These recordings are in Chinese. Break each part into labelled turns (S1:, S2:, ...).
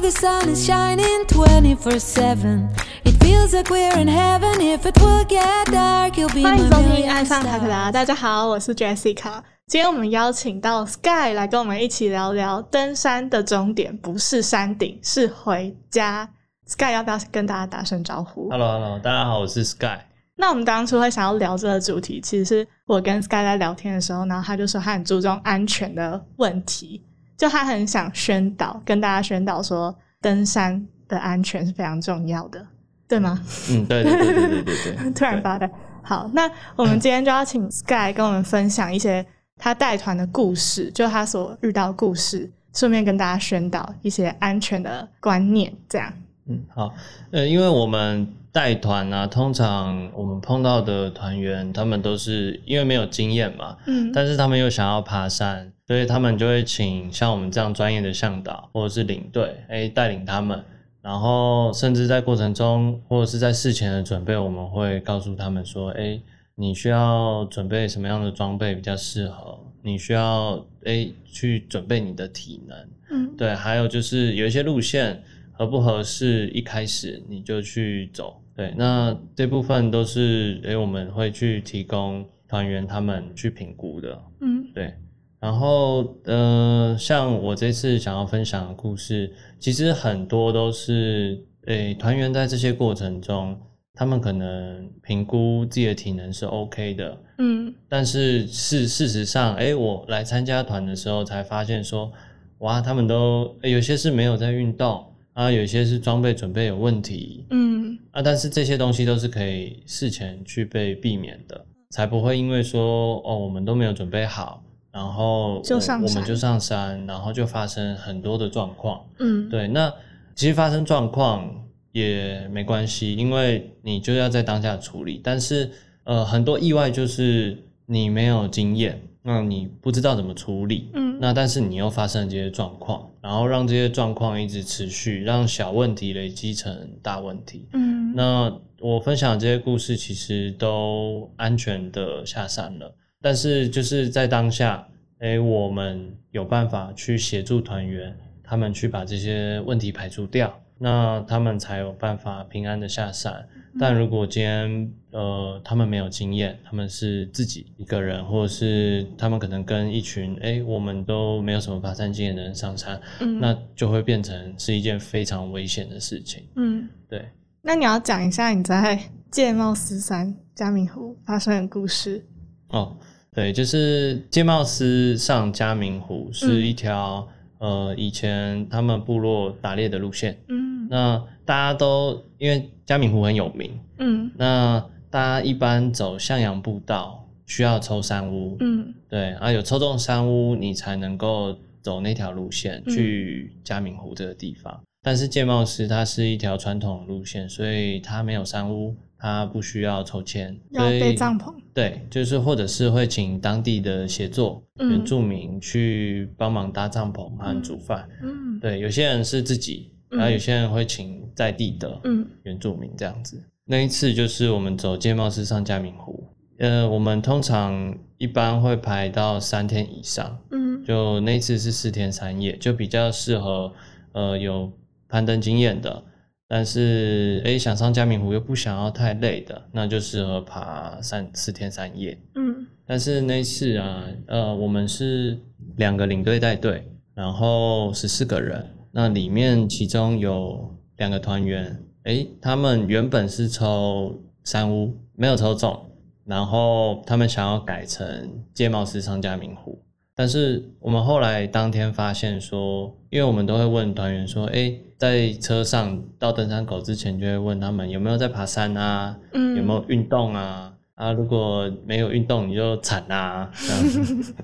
S1: the sun is shining 24 7. It feels like we're in heaven. If it will get dark, you'll be my
S2: 欢迎收听《爱
S1: million
S2: 上塔克
S1: star.
S2: 达》，大家好，我是 Jessica。今天我们邀请到 Sky 来跟我们一起聊聊登山的终点不是山顶，是回家。Sky 要不要跟大家打声招呼
S3: Hello Hello，大家好，我是 Sky。
S2: 那我们当初会想要聊这个主题，其实是我跟 Sky 在聊天的时候，然后他就说他很注重安全的问题，就他很想宣导跟大家宣导说，登山的安全是非常重要的，对吗？
S3: 嗯，对对对对对 对对。
S2: 突然发呆。好，那我们今天就要请 Sky 跟我们分享一些他带团的故事，就他所遇到的故事，顺便跟大家宣导一些安全的观念。这样，
S3: 嗯，好，呃，因为我们带团啊，通常我们碰到的团员，他们都是因为没有经验嘛，
S2: 嗯，
S3: 但是他们又想要爬山，所以他们就会请像我们这样专业的向导或者是领队，哎，带领他们。然后甚至在过程中，或者是在事前的准备，我们会告诉他们说，哎，你需要准备什么样的装备比较适合？你需要哎去准备你的体能。
S2: 嗯，
S3: 对，还有就是有一些路线合不合适，一开始你就去走。对，那这部分都是诶、我们会去提供团员他们去评估的。
S2: 嗯，
S3: 对，然后呃，像我这次想要分享的故事，其实很多都是诶，团员在这些过程中，他们可能评估自己的体能是 OK 的，
S2: 嗯，
S3: 但是事事实上，哎、我来参加团的时候才发现说，哇，他们都、诶有些是没有在运动啊，有些是装备准备有问题
S2: 嗯，
S3: 啊，但是这些东西都是可以事前去被避免的，才不会因为说哦，我们都没有准备好，然后
S2: 就
S3: 我
S2: 上
S3: 我
S2: 山
S3: 们就上山，然后就发生很多的状况。
S2: 嗯，，
S3: 对，那其实发生状况也没关系，因为你就要在当下处理。但是呃，很多意外就是你没有经验，那你不知道怎么处理。
S2: 嗯，
S3: 那但是你又发生了这些状况，然后让这些状况一直持续，让小问题累积成大问题。
S2: 嗯，
S3: 那我分享的这些故事，其实都安全的下山了，但是就是在当下，诶，我们有办法去协助团员，他们去把这些问题排除掉，那他们才有办法平安的下山。但如果今天呃他们没有经验，他们是自己一个人，或者是他们可能跟一群诶我们都没有什么爬山经验的人上山，
S2: 嗯，
S3: 那就会变成是一件非常危险的事情。
S2: 嗯，
S3: 对，
S2: 那你要讲一下你在界茂十三嘉明湖发生的故事。
S3: 哦，对，就是界茂斯上嘉明湖是
S2: 嗯
S3: 一条、呃以前他们部落打猎的路线。
S2: 嗯
S3: 那大家都因为嘉明湖很有名，
S2: 嗯
S3: 那大家一般走向阳步道需要抽山屋，
S2: 嗯
S3: 对啊，有抽中山屋你才能够走那条路线
S2: 嗯
S3: 去嘉明湖这个地方。但是界茂斯它是一条传统的路线，所以它没有山屋，它不需要抽签，
S2: 要
S3: 所以
S2: 背帐篷。
S3: 对，就是或者是会请当地的协作
S2: 嗯
S3: 原住民去帮忙搭帐篷
S2: 嗯
S3: 和煮饭。
S2: 嗯
S3: 对，有些人是自己，
S2: 嗯
S3: 然后有些人会请在地的
S2: 嗯
S3: 原住民这样子。那一次就是我们走界茂市上嘉明湖，呃，我们通常一般会排到三天以上，
S2: 嗯
S3: 就那一次是四天三夜，就比较适合呃有攀登经验的，但是诶想上嘉明湖又不想要太累的，那就适合爬三四天三夜。
S2: 嗯
S3: 但是那一次啊，呃，我们是两个领队带队，然后十四个人，那里面其中有两个团员，诶，他们原本是抽三屋，没有抽中，然后他们想要改成界贸市上加明湖，但是我们后来当天发现说，因为我们都会问团员说，诶，在车上到登山口之前，就会问他们有没有在爬山啊，
S2: 嗯，
S3: 有没有运动啊？啊，如果没有运动，你就惨啊，这样 子。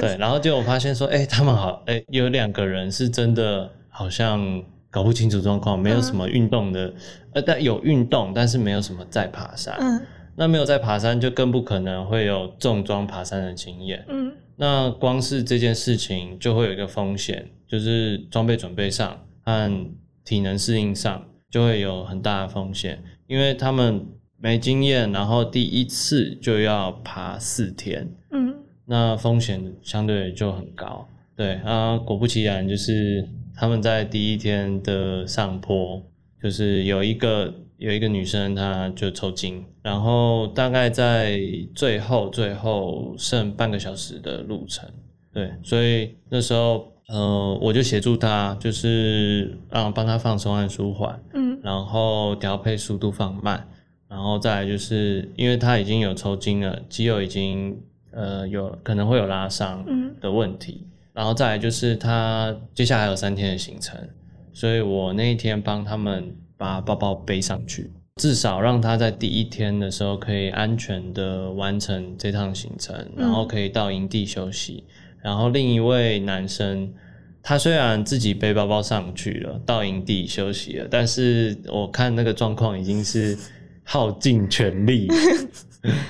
S3: 对，然后结果发现说，哎、他们好，哎、有两个人是真的好像搞不清楚状况，没有什么运动的，呃，但有运动，但是没有什么在爬山。
S2: 嗯？
S3: 那没有在爬山，就更不可能会有重装爬山的经验。
S2: 嗯
S3: 那光是这件事情就会有一个风险，就是装备准备上和体能适应上就会有很大的风险，因为他们没经验，然后第一次就要爬四天，
S2: 嗯
S3: 那风险相对就很高。对啊，果不其然，就是他们在第一天的上坡，就是有一个有一个女生她就抽筋，然后大概在最后最后剩半个小时的路程，对，所以那时候呃我就协助她，就是让帮她放松和舒缓，
S2: 嗯
S3: 然后调配速度放慢，然后再来就是因为她已经有抽筋了，肌肉已经呃有可能会有拉伤，
S2: 嗯
S3: 的问题，然后再来就是他接下来还有三天的行程，所以我那一天帮他们把包包背上去，至少让他在第一天的时候可以安全的完成这趟行程，然后可以到营地休息。然后另一位男生，他虽然自己背包包上去了，到营地休息了，但是我看那个状况已经是耗尽全力了。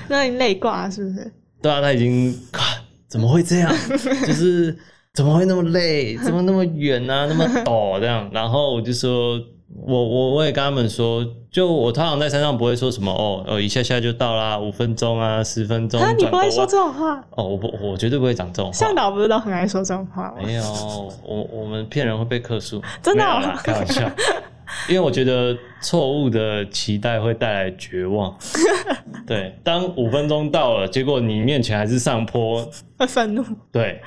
S2: 那你累挂是不是？
S3: 对啊，他已经，啊怎么会 这样？就是怎么会那么累？怎么那么远 啊？那么陡这样？然后我就说，我我我也跟他们说，就我通常在山上不会说什么哦，呃，一下下就到啦，五分钟啊，十分钟。
S2: 啊，你
S3: 转
S2: 不
S3: 个
S2: 会说
S3: 弯
S2: 这种话？
S3: 哦，我不，我绝对不会讲这种话
S2: 向。导不是都很爱说这种话吗？
S3: 没有，我我们骗人会被克数，
S2: 真的
S3: 没有
S2: 哦
S3: 啦，开玩 笑。因为我觉得错误的期待会带来绝望。对，当五分钟到了，结果你面前还是上坡，
S2: 会愤怒。
S3: 对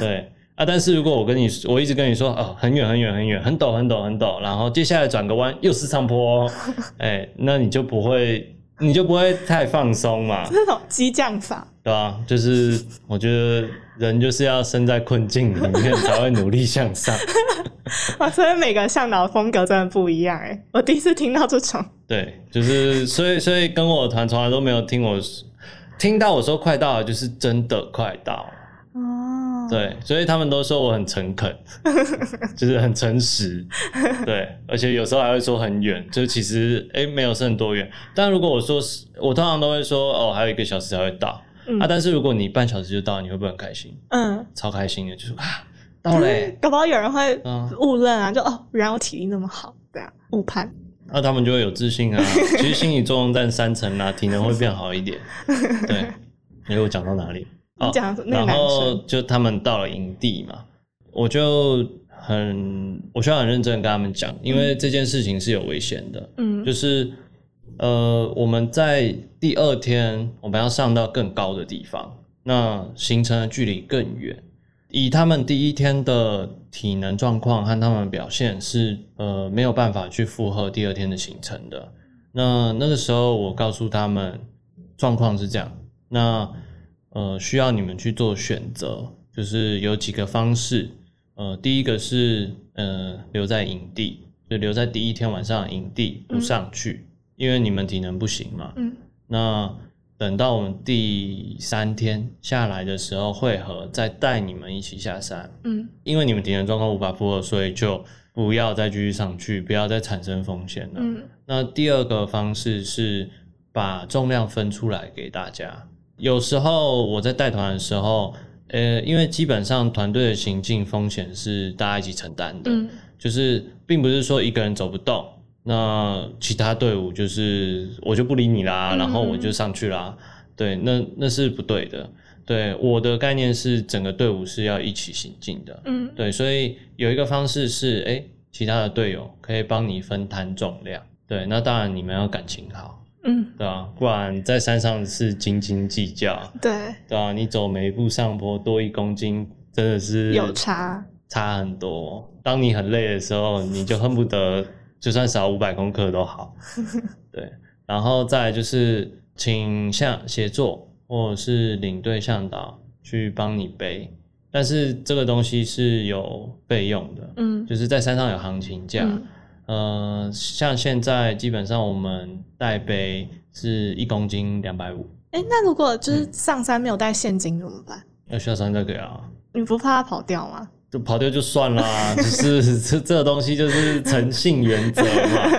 S3: 对啊，但是如果我跟你，我一直跟你说，哦，很远很远很远，很陡很陡很陡，然后接下来转个弯又是上坡、哦，哎，那你就不会，你就不会太放松嘛，
S2: 那种激将法，
S3: 对吧、就是我觉得人就是要身在困境里面才会努力向上，
S2: 哇！所以每个向导的风格真的不一样哎、我第一次听到这种，
S3: 对，就是所以所以跟我的团从来都没有听我听到我说快到了，就是真的快到了。
S2: 哦，
S3: 对，所以他们都说我很 诚恳，就是很诚实，对，而且有时候还会说很远，就其实哎、诶没有剩多远。但如果我说是，我通常都会说哦还有一个小时才会到、
S2: 嗯
S3: 啊，但是如果你半小时就到，你会不会很开心？
S2: 嗯，
S3: 超开心的，就是啊到嘞、
S2: 搞不好有人会
S3: 嗯
S2: 误认啊，就哦，原来我体力那么好，这样误判。
S3: 那、他们就会有自信啊。其实心理作用占三成啊，体能会变好一点。对，因为我讲到哪里？哦
S2: 你讲到那个
S3: 然
S2: 男
S3: 后
S2: 生，
S3: 就他们到了营地嘛，我就很我需要很认真地跟他们讲，因为这件事情是有危险的。
S2: 嗯
S3: 就是呃，我们在第二天我们要上到更高的地方，那行程的距离更远。以他们第一天的体能状况和他们表现是呃没有办法去负荷第二天的行程的。那那个时候我告诉他们状况是这样，那呃需要你们去做选择，就是有几个方式。呃，第一个是呃留在营地，就留在第一天晚上的营地不上去，因为你们体能不行嘛。
S2: 嗯
S3: 那等到我们第三天下来的时候会合，再带你们一起下山。
S2: 嗯
S3: 因为你们体能状况无法负荷，所以就不要再继续上去，不要再产生风险了。
S2: 嗯
S3: 那第二个方式是把重量分出来给大家。有时候我在带团的时候，呃，因为基本上团队的行进风险是大家一起承担的，
S2: 嗯
S3: 就是并不是说一个人走不动，那其他队伍就是我就不理你啦，然后我就上去啦。对，那那是不对的。对，我的概念是整个队伍是要一起行进的。
S2: 嗯
S3: 对，所以有一个方式是，哎、其他的队友可以帮你分摊重量。对，那当然你们要感情好，
S2: 嗯，
S3: 对啊，不然在山上是斤斤计较，
S2: 对，
S3: 对啊，你走每一步上坡多一公斤，真的是
S2: 有差。
S3: 差很多。当你很累的时候，你就恨不得就算少五百公克 都好。对，然后再来就是请向协作或者是领队向导去帮你背，但是这个东西是有费用的，
S2: 嗯
S3: 就是在山上有行情价。
S2: 嗯
S3: 呃，像现在基本上我们带背是一公斤两百五，
S2: 哎、那如果就是上山没有带现金怎么办？
S3: 要需要穿这个啊。
S2: 你不怕他跑掉吗？
S3: 就跑掉就算啦，只是 这这东西就是诚信原则嘛，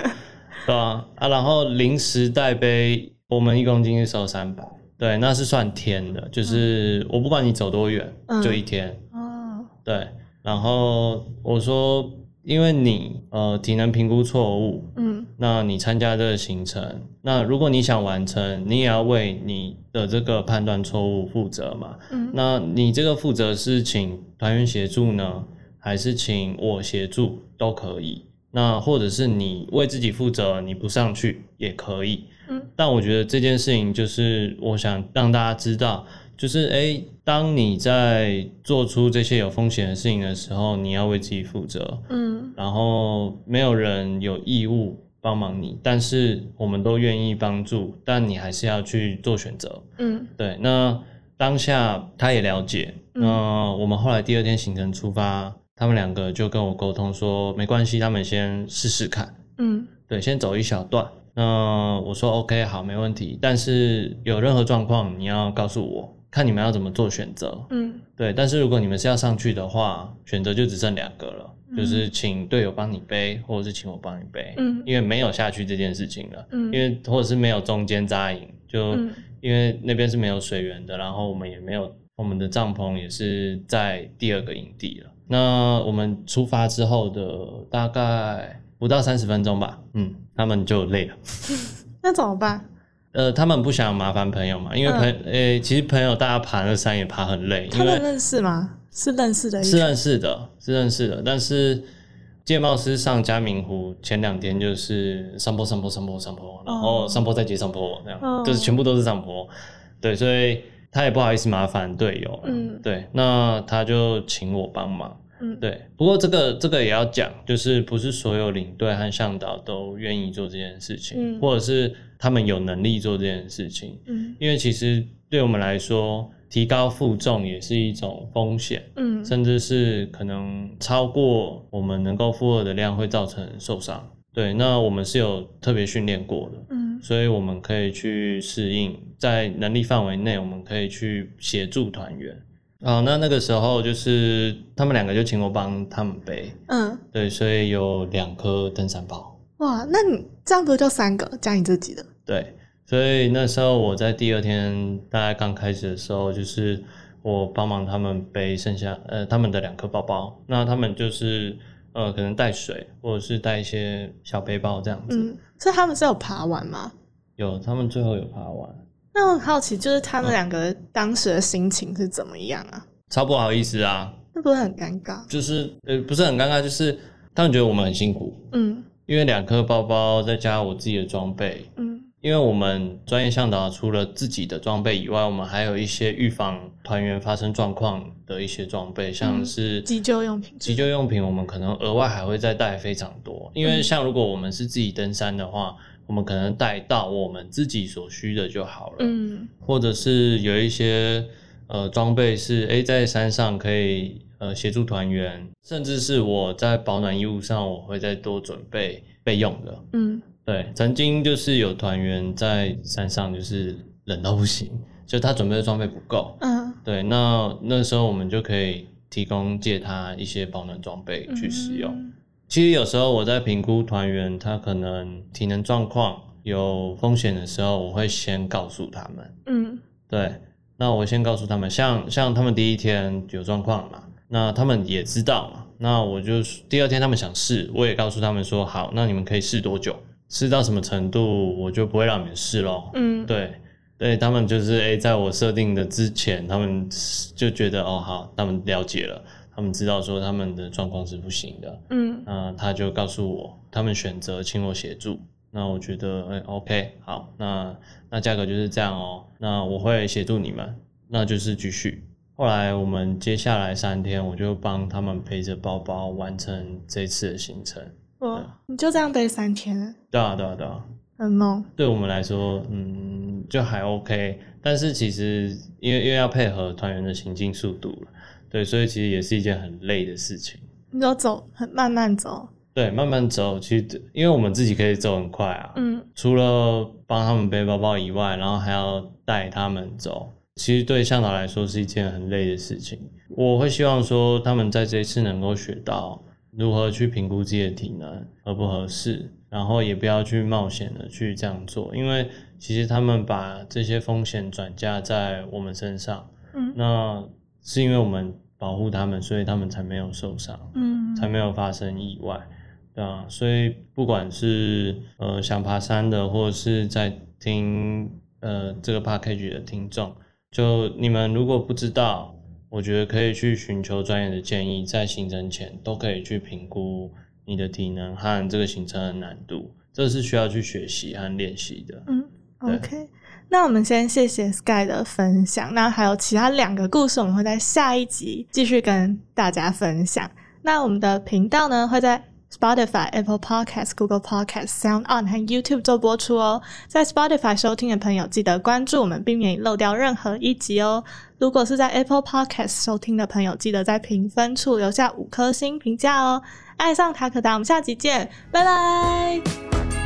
S3: 对吧、啊？然后零食带杯，我们一公斤是收三百，对，那是算天的，就是我不管你走多远，
S2: 嗯
S3: 就一天，
S2: 哦，
S3: 对。然后我说，因为你呃体能评估错误，
S2: 嗯
S3: 那你参加这个行程，那如果你想完成，你也要为你的这个判断错误负责嘛。
S2: 嗯
S3: 那你这个负责是请团员协助呢，还是请我协助都可以。那或者是你为自己负责，你不上去也可以。
S2: 嗯，
S3: 但我觉得这件事情就是我想让大家知道，就是诶、当你在做出这些有风险的事情的时候，你要为自己负责。
S2: 嗯
S3: 然后没有人有义务帮忙你，但是我们都愿意帮助，但你还是要去做选择。
S2: 嗯
S3: 对，那当下他也了解，
S2: 嗯
S3: 那我们后来第二天行程出发，他们两个就跟我沟通说，没关系，他们先试试看，
S2: 嗯
S3: 对，先走一小段。那我说 OK，好，没问题，但是有任何状况你要告诉我，看你们要怎么做选择。
S2: 嗯
S3: 对，但是如果你们是要上去的话，选择就只剩两个了，就是请队友帮你背，或者是请我帮你背，
S2: 嗯
S3: 因为没有下去这件事情了，
S2: 嗯
S3: 因为或者是没有中间扎营，就、
S2: 嗯
S3: 因为那边是没有水源的，然后我们也没有我们的帐篷也是在第二个营地了。那我们出发之后的大概不到三十分钟吧，嗯，他们就累了。
S2: 那怎么办？
S3: 呃，他们不想麻烦朋友嘛，因为朋，呃、其实朋友大家爬那山也爬很累，
S2: 嗯他
S3: 因为
S2: 们认识吗？是认识的意
S3: 是啊
S2: 思。
S3: 认识的，是认识的。但是界贸师上嘉明湖前两天就是上坡上坡上坡上坡，然后上坡再接上坡，这样、
S2: 哦
S3: 就是全部都是上坡。对，所以他也不好意思麻烦队友。
S2: 嗯
S3: 对，那他就请我帮忙。
S2: 嗯
S3: 对，不过这个这个也要讲，就是不是所有领队和向导都愿意做这件事情，
S2: 嗯
S3: 或者是他们有能力做这件事情，
S2: 嗯
S3: 因为其实对我们来说，提高负重也是一种风险。
S2: 嗯
S3: 甚至是可能超过我们能够负荷的量，会造成受伤。对，那我们是有特别训练过的，
S2: 嗯
S3: 所以我们可以去适应，在能力范围内，我们可以去协助团员。啊，那那个时候就是他们两个就请我帮他们背，
S2: 嗯，
S3: 对，所以有两颗登山包，
S2: 哇，那你这样不就三个加你自己的？
S3: 对，所以那时候我在第二天大概刚开始的时候，就是我帮忙他们背剩下呃他们的两颗包包，那他们就是呃可能带水或者是带一些小背包这样子。
S2: 嗯，所以他们是有爬完吗？
S3: 有，他们最后有爬完，
S2: 那我很好奇，就是他们两个当时的心情是怎么样啊？
S3: 超不好意思啊，
S2: 那不是很尴尬？
S3: 就是呃不是很尴尬，就是他们觉得我们很辛苦，
S2: 嗯
S3: 因为两颗包包再加我自己的装备，
S2: 嗯
S3: 因为我们专业向导除了自己的装备以外，我们还有一些预防团员发生状况的一些装备，像是
S2: 急救用品
S3: 急救用品，我们可能额外还会再带非常多。因为像如果我们是自己登山的话，我们可能带到我们自己所需的就好了，
S2: 嗯
S3: 或者是有一些呃装备是诶在山上可以呃协助团员，甚至是我在保暖衣物上，我会再多准备备用的。
S2: 嗯
S3: 对，曾经就是有团员在山上就是冷到不行， 就他准备的装备不够。
S2: 嗯
S3: 对，那那时候我们就可以提供借他一些保暖装备去使用。
S2: 嗯
S3: 其实有时候我在评估团员他可能体能状况有风险的时候，我会先告诉他们。
S2: 嗯
S3: 对，那我先告诉他们，像像他们第一天有状况嘛，那他们也知道嘛，那我就第二天他们想试，我也告诉他们说，好，那你们可以试多久，试到什么程度，我就不会让你们试咯。
S2: 嗯
S3: 对，对他们就是诶、在我设定的之前，他们就觉得哦好，他们了解了，他们知道说他们的状况是不行的，
S2: 嗯
S3: 那他就告诉我，他们选择请我协助。那我觉得，哎、o k 好，那那价格就是这样哦。那我会协助你们，那就是继续。后来我们接下来三天，我就帮他们背着包包完成这次的行程。
S2: 哇，你就这样背三天，
S3: 对啊，对啊，对啊，
S2: 很猛。
S3: 对我们来说，嗯，就还 OK。但是其实因为因为要配合团员的行进速度了，对，所以其实也是一件很累的事情。
S2: 你就走，很慢慢走。
S3: 对，慢慢走，其实因为我们自己可以走很快啊，
S2: 嗯
S3: 除了帮他们背包包以外，然后还要带他们走，其实对向导来说是一件很累的事情。我会希望说，他们在这一次能够学到如何去评估自己的体能合不合适，然后也不要去冒险的去这样做，因为其实他们把这些风险转嫁在我们身上，
S2: 嗯
S3: 那是因为我们保护他们，所以他们才没有受伤。
S2: 嗯
S3: 才没有发生意外，对啊，所以不管是呃想爬山的，或者是在听呃这个 package 的听众，就你们如果不知道我觉得可以去寻求专业的建议，在行程前都可以去评估你的体能和这个行程的难度，这是需要去学习和练习的。对
S2: OK，那我们先谢谢 Sky 的分享。那还有其他两个故事，我们会在下一集继续跟大家分享。那我们的频道呢会在 Spotify、Apple Podcast、Google Podcast、Sound On 和 YouTube 做播出哦。在 Spotify 收听的朋友，记得关注我们，避免漏掉任何一集哦。如果是在 Apple Podcast 收听的朋友，记得在评分处留下五颗星评价哦。爱上塔可达，我们下集见，拜拜。